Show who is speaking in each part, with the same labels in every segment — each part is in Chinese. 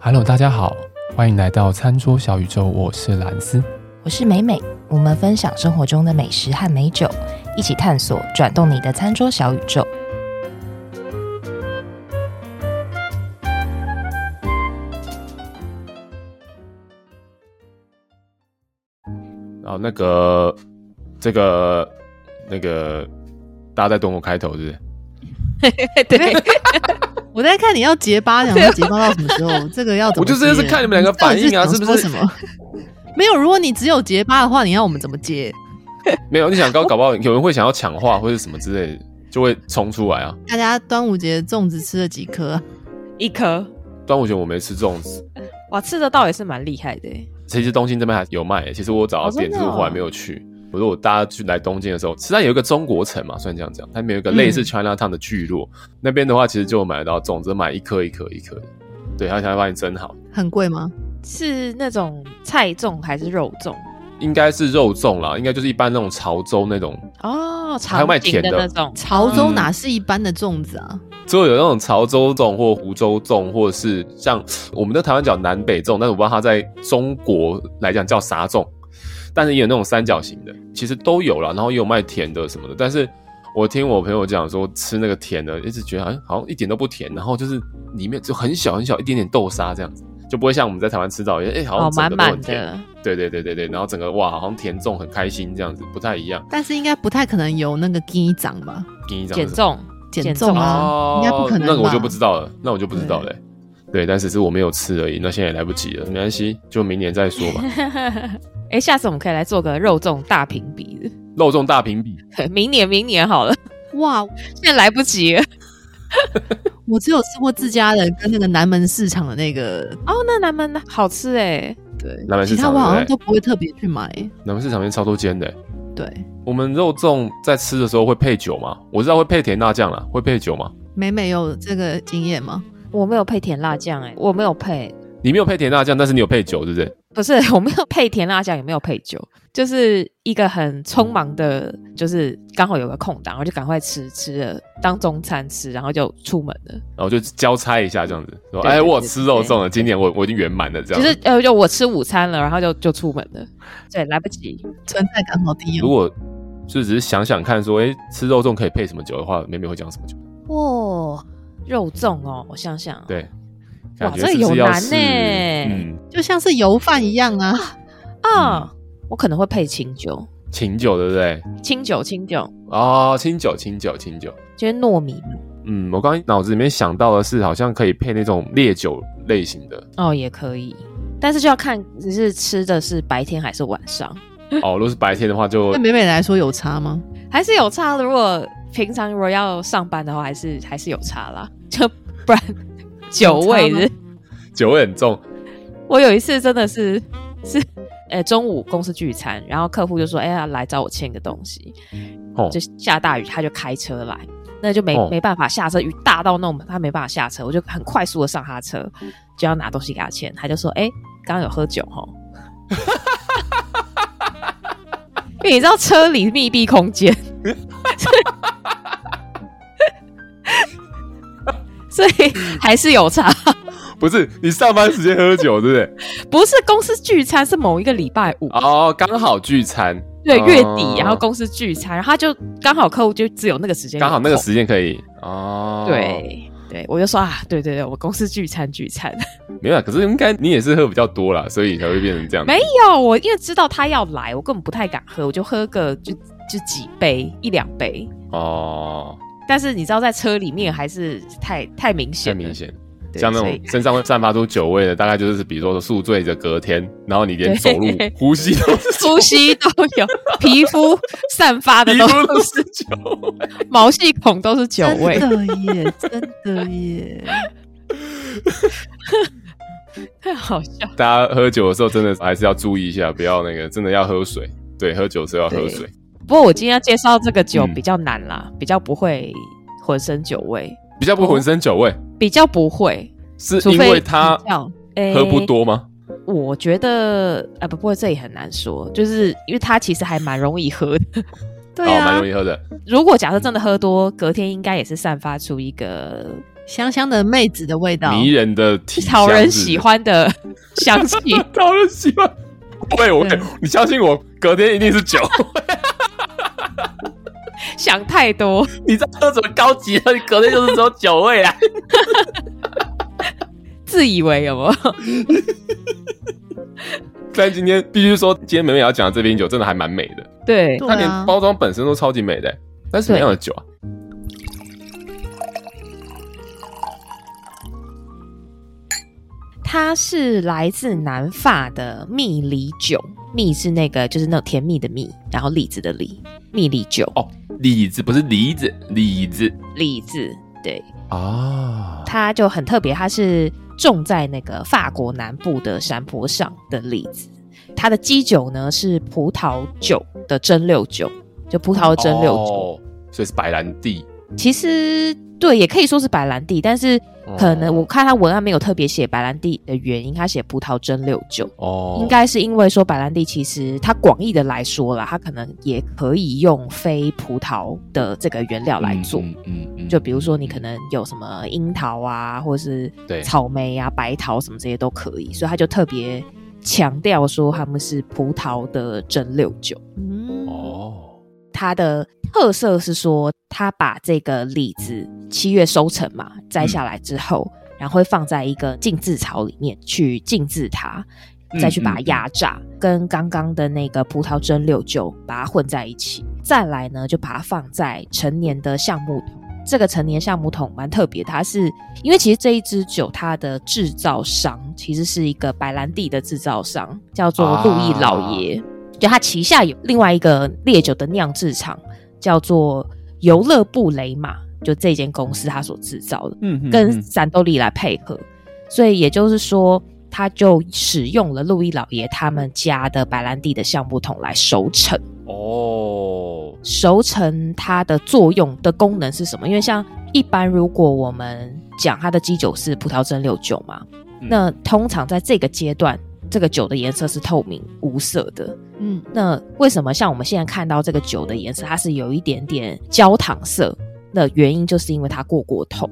Speaker 1: Hello，大家好，欢迎来到餐桌小宇宙，我是蓝斯。
Speaker 2: 我是美美，我们分享生活中的美食和美酒，一起探索转动你的餐桌小宇宙。
Speaker 3: 然后哦那个这个那个，大家在等我开头是不是？
Speaker 4: 对，我在看你要结巴，想说结巴到什么时候？这个要怎么
Speaker 3: 我
Speaker 4: 接？
Speaker 3: 就是就是看你们两个反应啊
Speaker 4: 到底
Speaker 3: 是不是
Speaker 4: 想说什么？没有，如果你只有结巴的话，你要我们怎么接？
Speaker 3: 没有，你想 搞搞不好有人会想要抢话或者什么之类的，就会冲出来啊。
Speaker 4: 大家端午节粽子吃了几颗？啊
Speaker 5: 一颗，
Speaker 3: 端午节我没吃粽子，
Speaker 5: 哇，吃的倒也是蛮厉害的耶。
Speaker 3: 其实东京这边还有卖、其实我找到
Speaker 5: 哦真
Speaker 3: 店，
Speaker 5: 的
Speaker 1: 啊
Speaker 3: 只是我后来没有去。我如果大家去来东京的时候，实际上有一个中国城嘛，算这样讲，它里面有一个类
Speaker 1: 嗯
Speaker 3: 似 China Town 的聚落，那边的话其实就有买得到粽子，买一颗一颗一颗的。对，它才发现真好，
Speaker 4: 很贵吗？
Speaker 5: 是那种菜粽还是肉粽？
Speaker 3: 应该是肉粽啦，应该就是一般那种潮州那种
Speaker 5: 哦，
Speaker 3: 还有卖
Speaker 5: 长形
Speaker 3: 甜的
Speaker 5: 那种，
Speaker 4: 潮州
Speaker 3: 嗯
Speaker 4: 哪是一般的粽子啊？
Speaker 3: 只有有那种潮州粽或湖州粽，或者是像我们的台湾叫南北粽，但是我不知道它在中国来讲叫啥粽，但是也有那种三角形的，其实都有啦，然后也有卖甜的什么的，但是我听我朋友讲说吃那个甜的，一直觉得好像好像一点都不甜，然后就是里面就很小很小一点点豆沙这样子，就不会像我们在台湾吃到，哎、好
Speaker 5: 哦
Speaker 3: 像，整个
Speaker 5: 满
Speaker 3: 都
Speaker 5: 满
Speaker 3: 很甜，
Speaker 5: 的。
Speaker 3: 对对对对对，然后整个哇好像甜粽很开心这样子，不太一样，
Speaker 4: 但是应该不太可能有那个鸡掌吧？
Speaker 3: 给你一张
Speaker 5: 减重，
Speaker 4: 减
Speaker 5: 减
Speaker 4: 重
Speaker 5: 重
Speaker 4: 啊，
Speaker 3: 哦，
Speaker 4: 应该不可能
Speaker 3: 那个我
Speaker 4: 吧
Speaker 3: 就不知道了，那我就不知道了欸、对，但只是我没有吃而已，那现在也来不及了，没关系，就明年再说 吧。
Speaker 5: 哎，下次我们可以来做个肉粽大评比 的，
Speaker 3: 肉粽大评比，
Speaker 5: 明年明年好了，
Speaker 4: 哇！
Speaker 5: 现在来不及了。
Speaker 4: 我只有吃过自家的跟那个南门市场的那个，
Speaker 5: 哦，那南门好吃哎，
Speaker 4: 对，
Speaker 3: 南门市
Speaker 4: 其他
Speaker 3: 场
Speaker 4: 我好像
Speaker 3: 对
Speaker 4: 都不会特别去买。
Speaker 3: 南门市场面超多间的欸、
Speaker 4: 对，
Speaker 3: 我们肉粽在吃的时候会配酒吗？我知道会配甜辣酱啦，会配酒吗？
Speaker 4: 美美有这个经验吗？
Speaker 5: 我没有配甜辣酱哎，我没有配，
Speaker 3: 你没有配甜辣酱，但是你有配酒，对不对？
Speaker 5: 不是我没有配甜辣酱，也没有配酒，就是一个很匆忙的，就是刚好有个空档，我就赶快吃吃了当中餐吃，然后就出门了。
Speaker 3: 然后就交差一下这样子，说：“
Speaker 5: 对
Speaker 3: 哎，
Speaker 5: 对
Speaker 3: 我有
Speaker 5: 对
Speaker 3: 吃肉粽了，今年我我已经圆满了。”这样
Speaker 5: 就是呃，就我吃午餐了，然后就就出门了，对，来不及。
Speaker 4: 存在感好低
Speaker 3: 如
Speaker 4: 哦。
Speaker 3: 果就只是想想看，说：“哎，吃肉粽可以配什么酒的话，妹妹会讲什么酒
Speaker 5: 哇，肉粽哦，我想想？”，
Speaker 3: 对，
Speaker 5: 哇
Speaker 3: 感觉
Speaker 5: 这
Speaker 3: 是不是
Speaker 5: 有
Speaker 3: 要
Speaker 5: 难
Speaker 3: 是
Speaker 5: 欸
Speaker 3: 嗯，
Speaker 4: 就像是油饭一样啊。
Speaker 5: 啊、我可能会配清酒，
Speaker 3: 清酒对不对？
Speaker 5: 清酒，清酒，
Speaker 3: 哦，清酒，清酒，清酒。
Speaker 5: 就是糯米嘛
Speaker 3: 嗯，我刚刚脑子里面想到的是，好像可以配那种烈酒类型的
Speaker 5: 哦，也可以，但是就要看只是吃的是白天还是晚上，
Speaker 3: 哦。如果是白天的话就，
Speaker 4: 对美美来说有差吗？
Speaker 5: 还是有差的。如果平常如果要上班的话，还是还是有差啦， 就不然酒味
Speaker 4: 有差吗
Speaker 5: 的。
Speaker 3: 酒味很重，
Speaker 5: 我有一次真的是是，呃，中午公司聚餐，然后客户就说：“哎、呀，来找我签个东西。”
Speaker 3: 哦
Speaker 5: 就下大雨，他就开车来，那就没、
Speaker 3: 哦
Speaker 5: 没办法下车，雨大到那种他没办法下车，我就很快速的上他车，
Speaker 3: 嗯
Speaker 5: 就要拿东西给他签，他就说：“哎、刚刚有喝酒哦。” 因为你知道车里密闭空间， 所以还是有差。
Speaker 3: 不是你上班时间喝酒，对不对？
Speaker 5: 不是公司聚餐，是某一个礼拜五，
Speaker 3: 哦，刚好聚餐，
Speaker 5: 对，
Speaker 3: 哦
Speaker 5: 月底，然后公司聚餐，然后他就刚好客户就只有那个时间，
Speaker 3: 刚好那个，时间可以哦。，
Speaker 5: 对对，我就说啊，对对对，我公司聚餐聚餐，
Speaker 3: 没有啦，可是应该你也是喝比较多啦，所以才会变成这样。
Speaker 5: 没有，我因为知道他要来，我根本不太敢喝，我就喝个就就几杯一两杯，
Speaker 3: 哦，
Speaker 5: 但是你知道在车里面还是太太明
Speaker 3: 太
Speaker 5: 显，
Speaker 3: 明，显。
Speaker 5: 对
Speaker 3: 像那
Speaker 5: 所
Speaker 3: 种
Speaker 5: 以
Speaker 3: 身上会散发出酒味的，大概就是比如说宿醉的隔天，然后你连
Speaker 5: 对
Speaker 3: 走路、呼吸都是
Speaker 5: 呼吸都 有，皮肤散发的
Speaker 3: 皮
Speaker 5: 都
Speaker 3: 肤都是酒味。
Speaker 5: 毛细孔都是酒味，
Speaker 4: 真的耶，真的耶。
Speaker 5: 太 好笑。
Speaker 3: 大家喝酒的时候真的还是要注意一下，不要那个真的要喝水。对，喝酒的时候要喝水。
Speaker 5: 不过我今天要介绍这个酒
Speaker 3: 嗯
Speaker 5: 比较难啦，比较不会浑身酒味，
Speaker 3: 比较不浑身酒味，
Speaker 5: 比较不会。
Speaker 3: 是
Speaker 5: 除
Speaker 3: 因
Speaker 5: 非
Speaker 3: 为他
Speaker 4: 叫
Speaker 5: 诶
Speaker 3: 喝不多吗？
Speaker 5: 我觉得啊，不不过这也很难说，就是因为它其实还蛮容易喝的。
Speaker 4: 对
Speaker 3: 哦，蛮
Speaker 4: 啊
Speaker 3: 容，易喝的。
Speaker 5: 如果假设真的喝多，隔天应该也是散发出一个
Speaker 4: 香香的妹子的味道，
Speaker 3: 迷人的体香
Speaker 5: 讨人
Speaker 3: 是不是
Speaker 5: 喜，欢的 香气。
Speaker 3: 讨人喜欢。 对，我
Speaker 5: 对
Speaker 3: 你相信我，隔天一定是酒。
Speaker 5: 想太多，
Speaker 3: 你这喝怎么高级了？你隔天就是走酒味啊。
Speaker 5: 自以为有没有？
Speaker 3: 但今天必须说，今天美美要讲的这瓶酒真的还蛮美的，
Speaker 5: 对，
Speaker 4: 对
Speaker 3: 它连
Speaker 4: 啊，
Speaker 3: 包装本身都超级美的、那是什么样的酒啊？
Speaker 5: 它是来自南法的蜜梨酒，蜜是那个就是那种甜蜜的蜜，然后李子的李，蜜梨酒，
Speaker 3: 哦李子不是梨子，李子
Speaker 5: 李子，对，
Speaker 3: 啊，
Speaker 5: 它就很特别，它是种在那个法国南部的山坡上的李子。它的基酒呢是葡萄酒的蒸馏酒，就葡萄蒸馏酒。
Speaker 3: 哦，所以是白兰地。
Speaker 5: 其实对，也可以说是白兰地，但是可
Speaker 3: 哦
Speaker 5: 能我看它文案没有特别写白兰地的原因，它写葡萄蒸馏酒。
Speaker 3: 哦，
Speaker 5: 应该是因为说白兰地其实它广义的来说啦，它可能也可以用非葡萄的这个原料来做。
Speaker 3: 嗯嗯嗯
Speaker 5: 就比如说你可能有什么樱桃啊，或是
Speaker 3: 对
Speaker 5: 草莓啊、白桃什么这些都可以，所以他就特别强调说他们是葡萄的蒸馏酒。
Speaker 4: 嗯，
Speaker 3: 哦，
Speaker 5: 它的特色是说，它把这个李子七月收成嘛，
Speaker 3: 嗯
Speaker 5: 摘下来之后，然后会放在一个静置槽里面去静置它，
Speaker 3: 嗯
Speaker 5: 再去把它压榨，跟刚刚的那个葡萄蒸馏酒把它混在一起。再来呢，就把它放在成年的橡木桶。这个成年橡木桶蛮特别，它是因为其实这一支酒它的制造商其实是一个白兰地的制造商，叫做
Speaker 3: 啊
Speaker 5: 路易老爷。就他旗下有另外一个烈酒的酿制厂，叫做游乐布雷马，就这间公司他所制造的，
Speaker 3: 嗯，
Speaker 5: 跟闪豆利来配合，所以也就是说，他就使用了路易老爷他们家的白兰地的橡木桶来熟成。
Speaker 3: 哦，
Speaker 5: 熟成它的作用的功能是什么？因为像一般如果我们讲它的基酒是葡萄蒸馏酒嘛，
Speaker 3: 嗯
Speaker 5: 那通常在这个阶段，这个酒的颜色是透明无色的。
Speaker 4: 嗯，
Speaker 5: 那为什么像我们现在看到这个酒的颜色，它是有一点点焦糖色？那原因就是因为它过过桶。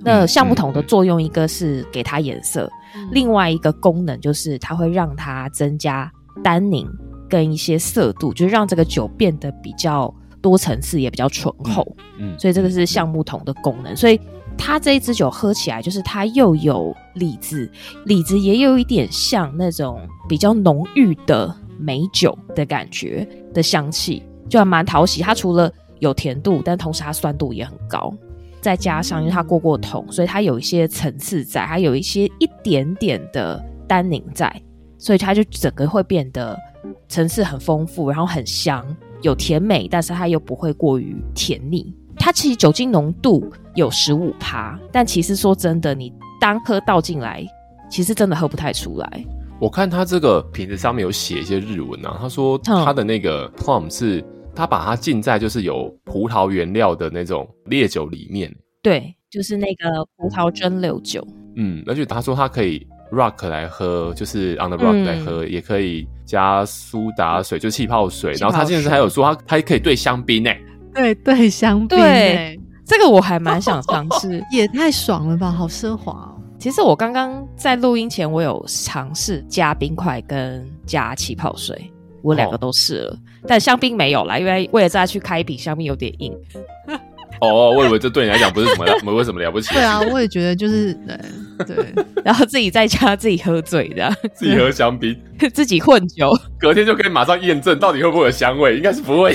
Speaker 5: 那橡木桶的作用，一个是给它颜色，
Speaker 4: 嗯
Speaker 5: 另外一个功能就是它会让它增加单宁跟一些色度，就是让这个酒变得比较多层次，也比较醇厚。
Speaker 3: 嗯
Speaker 5: 所以这个是橡木桶的功能。所以它这一支酒喝起来，就是它又有李子，李子也有一点像那种比较浓郁的美酒的感觉的香气，就还蛮讨喜。它除了有甜度，但同时它酸度也很高。再加上，因为它过过桶，所以它有一些层次在，它有一些一点点的单宁在，所以它就整个会变得层次很丰富，然后很香，有甜美，但是它又不会过于甜腻。它其实酒精浓度有十五趴，但其实说真的，你单喝倒进来，其实真的喝不太出来。
Speaker 3: 我看他这个瓶子上面有写一些日文啊，他说
Speaker 5: 嗯
Speaker 3: 他的那个 plum 是他把它浸在就是有葡萄原料的那种烈酒里面，
Speaker 5: 对，就是那个葡萄蒸馏酒，
Speaker 3: 嗯，而且他说他可以 rock 来喝，就是 on the rock
Speaker 5: 嗯
Speaker 3: 来喝，也可以加苏打水，就气泡水，
Speaker 5: 气
Speaker 3: 然
Speaker 5: 泡
Speaker 3: 后他甚至还有说他他还可以兑香槟欸呢、
Speaker 4: 对对，香槟、
Speaker 5: 对
Speaker 4: 欸，
Speaker 5: 这个我还蛮想尝 试。
Speaker 4: 也太爽了吧，好奢华哦。
Speaker 5: 其实我刚刚在录音前，我有尝试加冰块跟加气泡水，我两个都试
Speaker 3: 哦
Speaker 5: 了，但香槟没有啦，因为为了再去开一瓶香槟有点硬。
Speaker 3: 哦，我以为这对你来讲不是什么没有什么了不起的
Speaker 4: 对
Speaker 3: 事，
Speaker 4: 啊，我也觉得就是，对对，
Speaker 5: 然后自己在家自己喝醉的，
Speaker 3: 自己喝香槟，
Speaker 5: 自己混酒。
Speaker 3: 隔天就可以马上验证到底会不会有香味，应该是不会。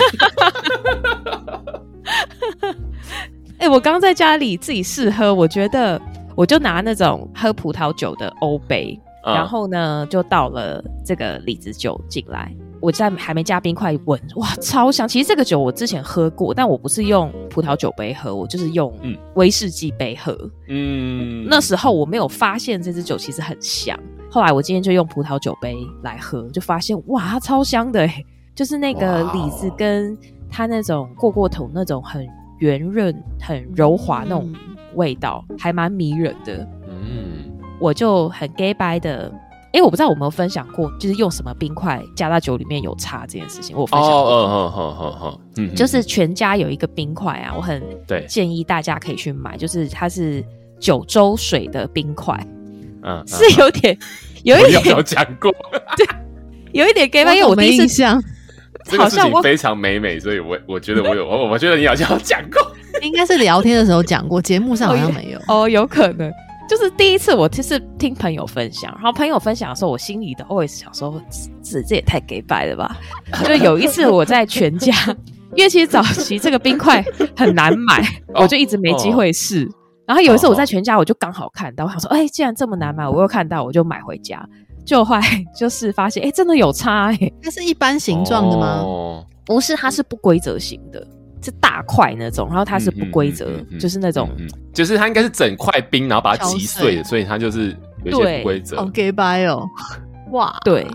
Speaker 5: 哎、我刚在家里自己试喝，我觉得我就拿那种喝葡萄酒的欧杯，
Speaker 3: 嗯
Speaker 5: 然后呢就倒了这个李子酒进来。我在还没加冰块闻，哇，超香！其实这个酒我之前喝过，但我不是用葡萄酒杯喝，我就是用
Speaker 3: 嗯
Speaker 5: 威士忌杯喝。
Speaker 3: 嗯，
Speaker 5: 那时候我没有发现这支酒其实很香，后来我今天就用葡萄酒杯来喝，就发现哇，它超香的、欸，就是那个
Speaker 3: 哇哦
Speaker 5: 李子跟它那种过过桶那种很圆润、很柔滑那种
Speaker 4: 嗯
Speaker 5: 味道，还蛮迷人的。
Speaker 3: 嗯，
Speaker 5: 我就很 gay 掰的。哎、我不知道我有没有分享过，就是用什么冰块加到酒里面有差这件事情，我有分
Speaker 3: 哦，
Speaker 5: 享过。
Speaker 3: 哦，好好好，嗯，
Speaker 5: 就是全家有一个冰块啊，我很
Speaker 3: 对
Speaker 5: 建议大家可以去买，就是它是九州水的冰块，
Speaker 3: 嗯，
Speaker 5: 是有点有
Speaker 3: 我
Speaker 5: 一
Speaker 3: 有没
Speaker 5: 点
Speaker 3: 有讲过？
Speaker 5: 有一点 gay 吧，因为我
Speaker 4: 没
Speaker 5: 第一
Speaker 4: 印
Speaker 5: 次
Speaker 4: 象，
Speaker 3: 这
Speaker 5: 好
Speaker 3: 个事
Speaker 5: 像
Speaker 3: 情
Speaker 5: 我
Speaker 3: 非常美美，所以我我觉得我有，我我觉得你好像有讲过。
Speaker 4: 应该是聊天的时候讲过，节目上好像没有。
Speaker 5: 哦，有可能。就是第一次，我就是听朋友分享，然后朋友分享的时候，我心里的 always 想说，这这也太给白了 吧！就有一次我在全家， 因为其实早期这个冰块很难买，
Speaker 3: 哦
Speaker 5: 我就一直没机会试。然后有一次我在全家，我就刚好看到，我想说，哎，既然这么难买，我又看到，我就买回家。就后来 就是发现，哎，真的有差哎、
Speaker 4: 它是一般形状的吗？
Speaker 3: 哦，
Speaker 5: 不是，它是不规则型的，是大块那种，然后它是不规则，
Speaker 3: 嗯嗯嗯嗯嗯
Speaker 5: 就是那种
Speaker 3: 嗯嗯就是它应该是整块冰，然后把它击碎
Speaker 4: 敲碎
Speaker 3: 的，所以它就是有一些不规则。
Speaker 4: 好 gay bye 哦，哇，
Speaker 5: 对，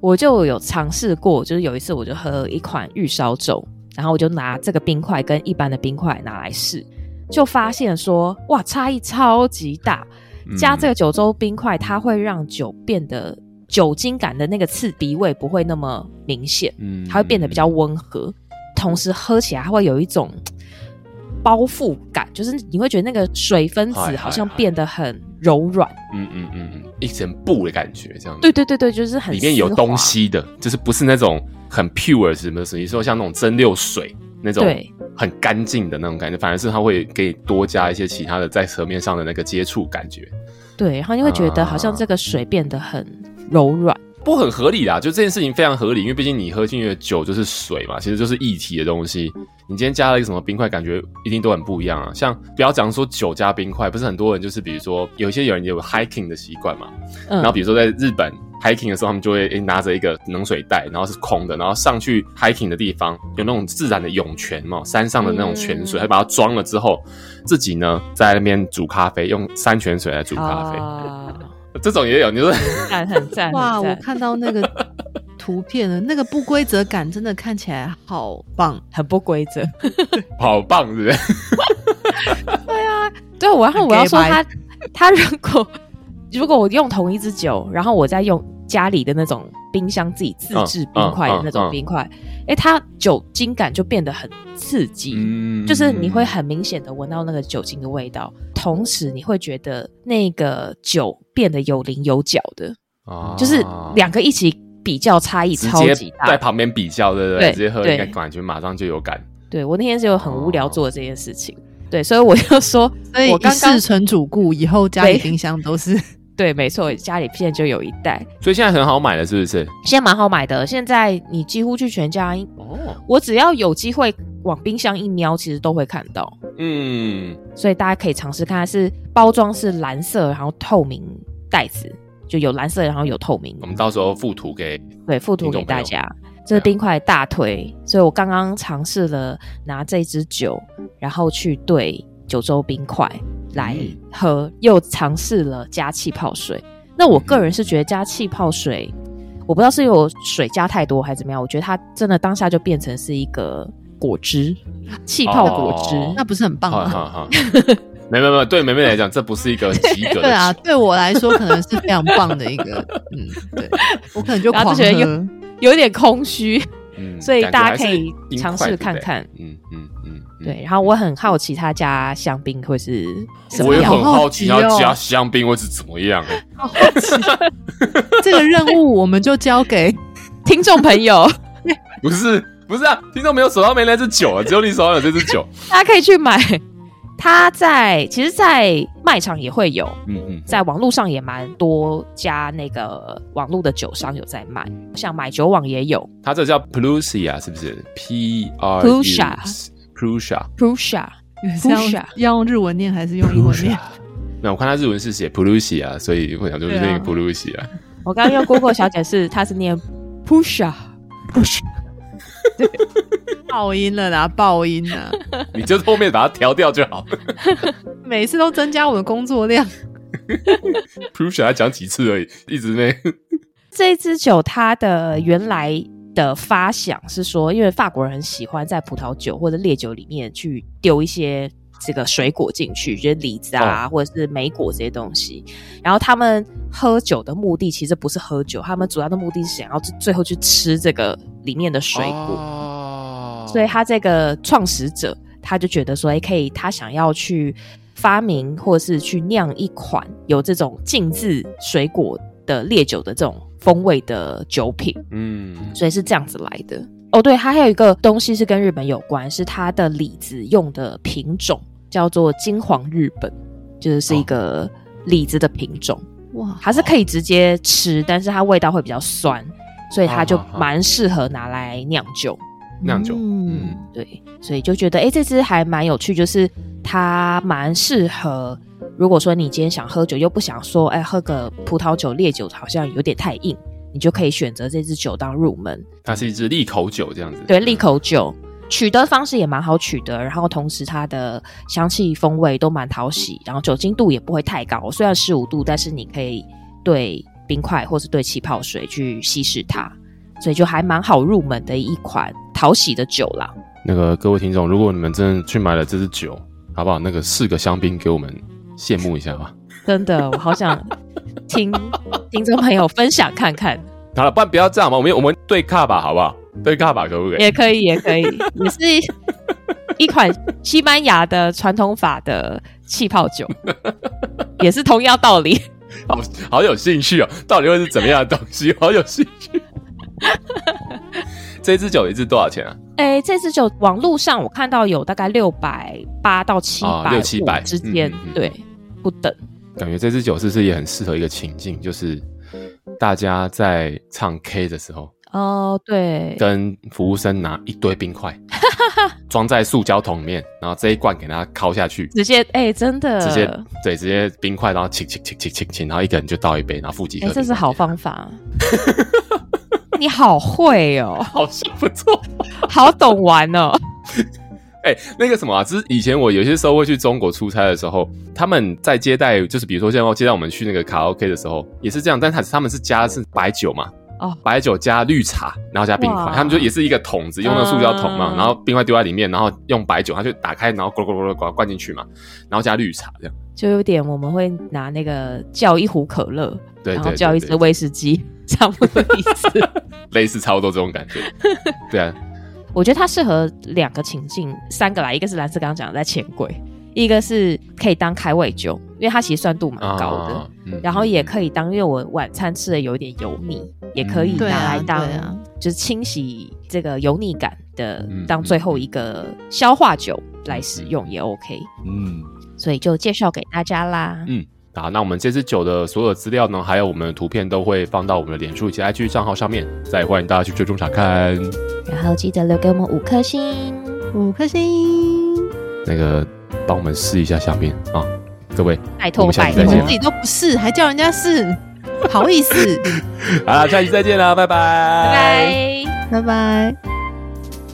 Speaker 5: 我就有尝试过，就是有一次我就喝一款玉烧粥，然后我就拿这个冰块跟一般的冰块拿来试，就发现说哇，差异超级大。
Speaker 3: 嗯
Speaker 5: 加这个九州冰块，它会让酒变得酒精感的那个刺鼻味不会那么明显，
Speaker 3: 嗯
Speaker 5: 它会变得比较温和，同时喝起来它会有一种包覆感，就是你会觉得那个水分子
Speaker 3: 嗨嗨
Speaker 5: 好像变得很柔软。
Speaker 3: 嗯嗯嗯嗯，一层布的感觉，这样子。
Speaker 5: 对对对对，就是很
Speaker 3: 里面有
Speaker 5: 丝滑
Speaker 3: 东西的，就是不是那种很 pure 什么，所以说像那种蒸馏水那种
Speaker 5: 对
Speaker 3: 很干净的那种感觉，反而是它会给你多加一些其他的在舌面上的那个接触感觉，
Speaker 5: 对，然后你会觉得好像这个水变得很柔软。
Speaker 3: 不过很合理啦。就这件事情非常合理，因为毕竟你喝进去的酒就是水嘛，其实就是液体的东西。你今天加了一个什么冰块，感觉一定都很不一样啊。像不要讲说酒加冰块，不是很多人就是比如说有一些人有 hiking 的习惯嘛，
Speaker 5: 嗯，
Speaker 3: 然后比如说在日本 hiking 的时候，他们就会诶拿着一个冷水袋，然后是空的，然后上去 hiking 的地方有那种自然的涌泉嘛，山上的那种泉水，
Speaker 5: 嗯
Speaker 3: 他把它装了之后，自己呢在那边煮咖啡，用山泉水来煮咖啡，
Speaker 5: 啊，
Speaker 3: 这种也有。你说
Speaker 5: 赞很赞，
Speaker 4: 哇，
Speaker 5: 很
Speaker 4: 我
Speaker 5: 赞
Speaker 4: 看到那个图片了，那个不规则感真的看起来好棒。
Speaker 5: 很不规则。
Speaker 3: 好棒，是不是？
Speaker 5: 对，我然后我要说
Speaker 4: 很 gay
Speaker 5: 他，他如果如果我用同一支酒，然后我再用家里的那种冰箱自己自制冰块的那
Speaker 3: 嗯嗯
Speaker 5: 种
Speaker 3: 嗯
Speaker 5: 冰块，哎，它酒精感就变得很刺激。
Speaker 3: 嗯
Speaker 5: 就是你会很明显的闻到那个酒精的味道，同时你会觉得那个酒变得有棱有角的，
Speaker 3: 啊
Speaker 5: 就是两个一起比较差异
Speaker 3: 直
Speaker 5: 超级
Speaker 3: 接
Speaker 5: 大。
Speaker 3: 在旁边比较，对不对？
Speaker 5: 对
Speaker 3: 直接喝
Speaker 5: 对
Speaker 3: 应该感觉马上就有感。
Speaker 5: 对我那天是有很无
Speaker 3: 哦
Speaker 5: 聊做这件事情，对，所以我就说，
Speaker 4: 所以
Speaker 5: 我
Speaker 4: 一
Speaker 5: 刚
Speaker 4: 世
Speaker 5: 刚
Speaker 4: 成主顾，以后家里
Speaker 5: 对
Speaker 4: 冰箱都是。
Speaker 5: 对，没错，家里现在就有一袋，
Speaker 3: 所以现在很好买了，是不是？
Speaker 5: 现在蛮好买的。现在你几乎去全家，
Speaker 3: 哦，
Speaker 5: 我只要有机会往冰箱一瞄，其实都会看到，
Speaker 3: 嗯，
Speaker 5: 所以大家可以尝试看，它是包装是蓝色，然后透明袋子，就有蓝色，然后有透明
Speaker 3: 我，们到时候附图给
Speaker 5: 对，附图
Speaker 3: 听众
Speaker 5: 给大
Speaker 3: 朋友啊
Speaker 5: 家。这是冰块大推，所以我刚刚尝试了拿这支酒，然后去兑九州冰块来
Speaker 3: 嗯
Speaker 5: 喝，又尝试了加气泡水。那我个人
Speaker 3: 嗯
Speaker 5: 是觉得加气泡水，我不知道是有水加太多还是怎么样，我觉得它真的当下就变成是一个果汁，气泡果汁。
Speaker 3: 哦
Speaker 4: 那不是很
Speaker 5: 啊
Speaker 4: 棒
Speaker 3: 好
Speaker 4: 吗？
Speaker 3: 好好，没没没，对梅梅来讲，这不是一个及 格的
Speaker 4: 对啊，
Speaker 3: 酒
Speaker 4: 对我来说可能是非常棒的一个，嗯，对我可能就
Speaker 5: 然后
Speaker 4: 狂
Speaker 5: 就觉得
Speaker 4: 喝。
Speaker 5: 有点空虚，
Speaker 3: 嗯
Speaker 5: 所以
Speaker 3: 感觉
Speaker 5: 大
Speaker 3: 还
Speaker 5: 家可
Speaker 3: 是
Speaker 5: 以
Speaker 3: 冰
Speaker 5: 尝
Speaker 3: 块
Speaker 5: 试
Speaker 3: 对不
Speaker 5: 看
Speaker 3: 对
Speaker 5: 看。
Speaker 3: 嗯嗯嗯，嗯
Speaker 5: 对。然后我很好奇它加香槟会是什
Speaker 3: 我
Speaker 5: 么
Speaker 3: 也
Speaker 5: 样
Speaker 3: 很
Speaker 5: 子。
Speaker 3: 好奇，
Speaker 4: 好
Speaker 3: 要
Speaker 4: 奇哦
Speaker 3: 加香槟会是怎么样？
Speaker 4: 这个任务我们就交给
Speaker 5: 听众朋友，
Speaker 3: 不是不是啊，听众没有手上没那支酒啊，只有你手上有这支 酒。
Speaker 5: 大家可以去买。它在其实，在卖场也会有，
Speaker 3: 嗯嗯，
Speaker 5: 在网络上也蛮多家那个网络的酒商有在卖，像买酒网也有
Speaker 3: 它这叫 Prusia 是不是？P R
Speaker 5: Prusa
Speaker 3: Prusia。
Speaker 5: Prusa，
Speaker 4: 是要用
Speaker 5: Pusha
Speaker 4: 要用日文念还是用英文念？
Speaker 3: 那我看它日文是写 Prusia，所以我想就是
Speaker 5: 啊
Speaker 3: 那个
Speaker 4: 对
Speaker 3: Prusia。
Speaker 5: 我刚刚用 Google 小姐是，她是念 Pusha，
Speaker 4: 爆音了啦，爆音啦！
Speaker 3: 你就后面把它调掉就好。
Speaker 4: 每次都增加我的工作量。
Speaker 3: Prusia 讲几次而已，一直没。
Speaker 5: 这支酒它的原来的发想是说，因为法国人很喜欢在葡萄酒或者烈酒里面去丢一些这个水果进去，就是李子啊，或者是莓果这些东西。然后他们喝酒的目的其实不是喝酒，他们主要的目的是想要最后去吃这个里面的水果。
Speaker 3: 哦
Speaker 5: 所以他这个创始者他就觉得说，哎，可以，他想要去发明或是去酿一款有这种浸渍水果的烈酒的这种风味的酒品，
Speaker 3: 嗯，
Speaker 5: 所以是这样子来的。哦，对，它还有一个东西是跟日本有关，是它的李子用的品种叫做金黄日本，就是是一
Speaker 3: 哦
Speaker 5: 个李子的品种。
Speaker 4: 哇，
Speaker 5: 它是可以直接吃，但是它味道会比较酸，所以它就蛮适合拿来酿酒。
Speaker 3: 酿酒
Speaker 4: 嗯，
Speaker 5: 对，所以就觉得诶，这支还蛮有趣，就是它蛮适合。如果说你今天想喝酒，又不想说哎喝个葡萄酒、烈酒好像有点太硬，你就可以选择这支酒当入门。
Speaker 3: 它是一支利口酒这样子。
Speaker 5: 对，利口酒取得方式也蛮好取得，然后同时它的香气、风味都蛮讨喜，然后酒精度也不会太高，虽然十五度，但是你可以对冰块或是对气泡水去稀释它，所以就还蛮好入门的一款讨喜的酒啦。
Speaker 3: 那个各位听众，如果你们真的去买了这支酒，好不好？那个四个香槟给我们羡慕一下吧。
Speaker 5: 真的，我好想 听听众朋友分享看看，
Speaker 3: 好了，不然不要这样嘛，我们我们对卡吧，好不 好？对卡吧，可不可以？
Speaker 5: 也可以，也可以，也是一款西班牙的传统法的气泡 酒，也是同样道理。
Speaker 3: 好好有兴趣哦，到底会是怎么样的东西？好有兴趣。 这支酒一支多少钱啊？
Speaker 5: 哎，这支酒网络上我看到有大概六百八到七
Speaker 3: 哦
Speaker 5: 百、
Speaker 3: 600-700
Speaker 5: 之间，
Speaker 3: 嗯嗯嗯
Speaker 5: 对，不等。
Speaker 3: 感觉这支酒是不是也很适合一个情境？就是大家在唱 K 的时候，
Speaker 5: 哦，对，
Speaker 3: 跟服务生拿一堆冰 块，装在塑胶桶里面，然后这一罐给他敲下去，
Speaker 5: 直接哎，真的，
Speaker 3: 直接对，直接冰块，然后请请请请请请，然后一个人就倒一杯，然后付几
Speaker 5: 哎
Speaker 3: 颗，，
Speaker 5: 这是好
Speaker 3: 放，
Speaker 5: 方 法。你好会哦，
Speaker 3: 好像不错。
Speaker 5: 好懂玩哦。
Speaker 3: 哎、那个什么啊，就是以前我有些时候会去中国出差的时候，他们在接待，就是比如说现在接待我们去那个卡拉 OK 的时候，也是这样，但是他们是加的是白酒嘛，
Speaker 5: 哦
Speaker 3: 白酒加绿茶，然后加冰块
Speaker 5: 哇，
Speaker 3: 他们就也是一个桶子，用那个塑胶桶嘛，
Speaker 5: 嗯
Speaker 3: 然后冰块丢在里面，然后用白酒，它就打开，然后咕噜咕噜咕噜咕噜灌进去嘛，然后加绿茶这样，
Speaker 5: 就有点我们会拿那个叫一壶可乐，
Speaker 3: 对
Speaker 5: 然
Speaker 3: 对
Speaker 5: 后
Speaker 3: 对
Speaker 5: 叫一
Speaker 3: 对
Speaker 5: 支威士忌， 差不多的意思。
Speaker 3: 类似差不多这种感觉，对啊，
Speaker 5: 我觉得它适合两个情境，三个啦，一个是蓝色刚刚讲的在钱柜，一个是可以当开胃酒，因为它其实酸度蛮高的。
Speaker 3: 啊嗯
Speaker 5: 然后也可
Speaker 3: 以
Speaker 5: 以当，因为我晚餐吃的有点油腻，也可
Speaker 3: 嗯
Speaker 5: 以拿
Speaker 4: 对啊
Speaker 5: 来当，
Speaker 4: 对啊
Speaker 5: 就是清洗这个油腻感的，
Speaker 3: 嗯
Speaker 5: 当最后一个消化酒来使用也 OK，
Speaker 3: 嗯。
Speaker 5: 所以就介绍给大家啦。
Speaker 3: 嗯啊，那我们这支酒的所有资料呢，还有我们的图片都会放到我们的脸书以及 IG 账号上面，再欢迎大家去追踪查看。
Speaker 5: 然后记得留给我们五颗星，
Speaker 4: 五颗星，
Speaker 3: 那个帮我们试一下香槟啊，各位，
Speaker 5: 拜
Speaker 3: 我
Speaker 5: 托
Speaker 3: 们下
Speaker 5: 拜
Speaker 3: 次
Speaker 5: 托
Speaker 3: 再见
Speaker 4: 你们自己都不是，还叫人家是，好意思，
Speaker 3: 好啦，下期再见啦，拜拜，拜
Speaker 5: 拜拜。
Speaker 4: 拜拜。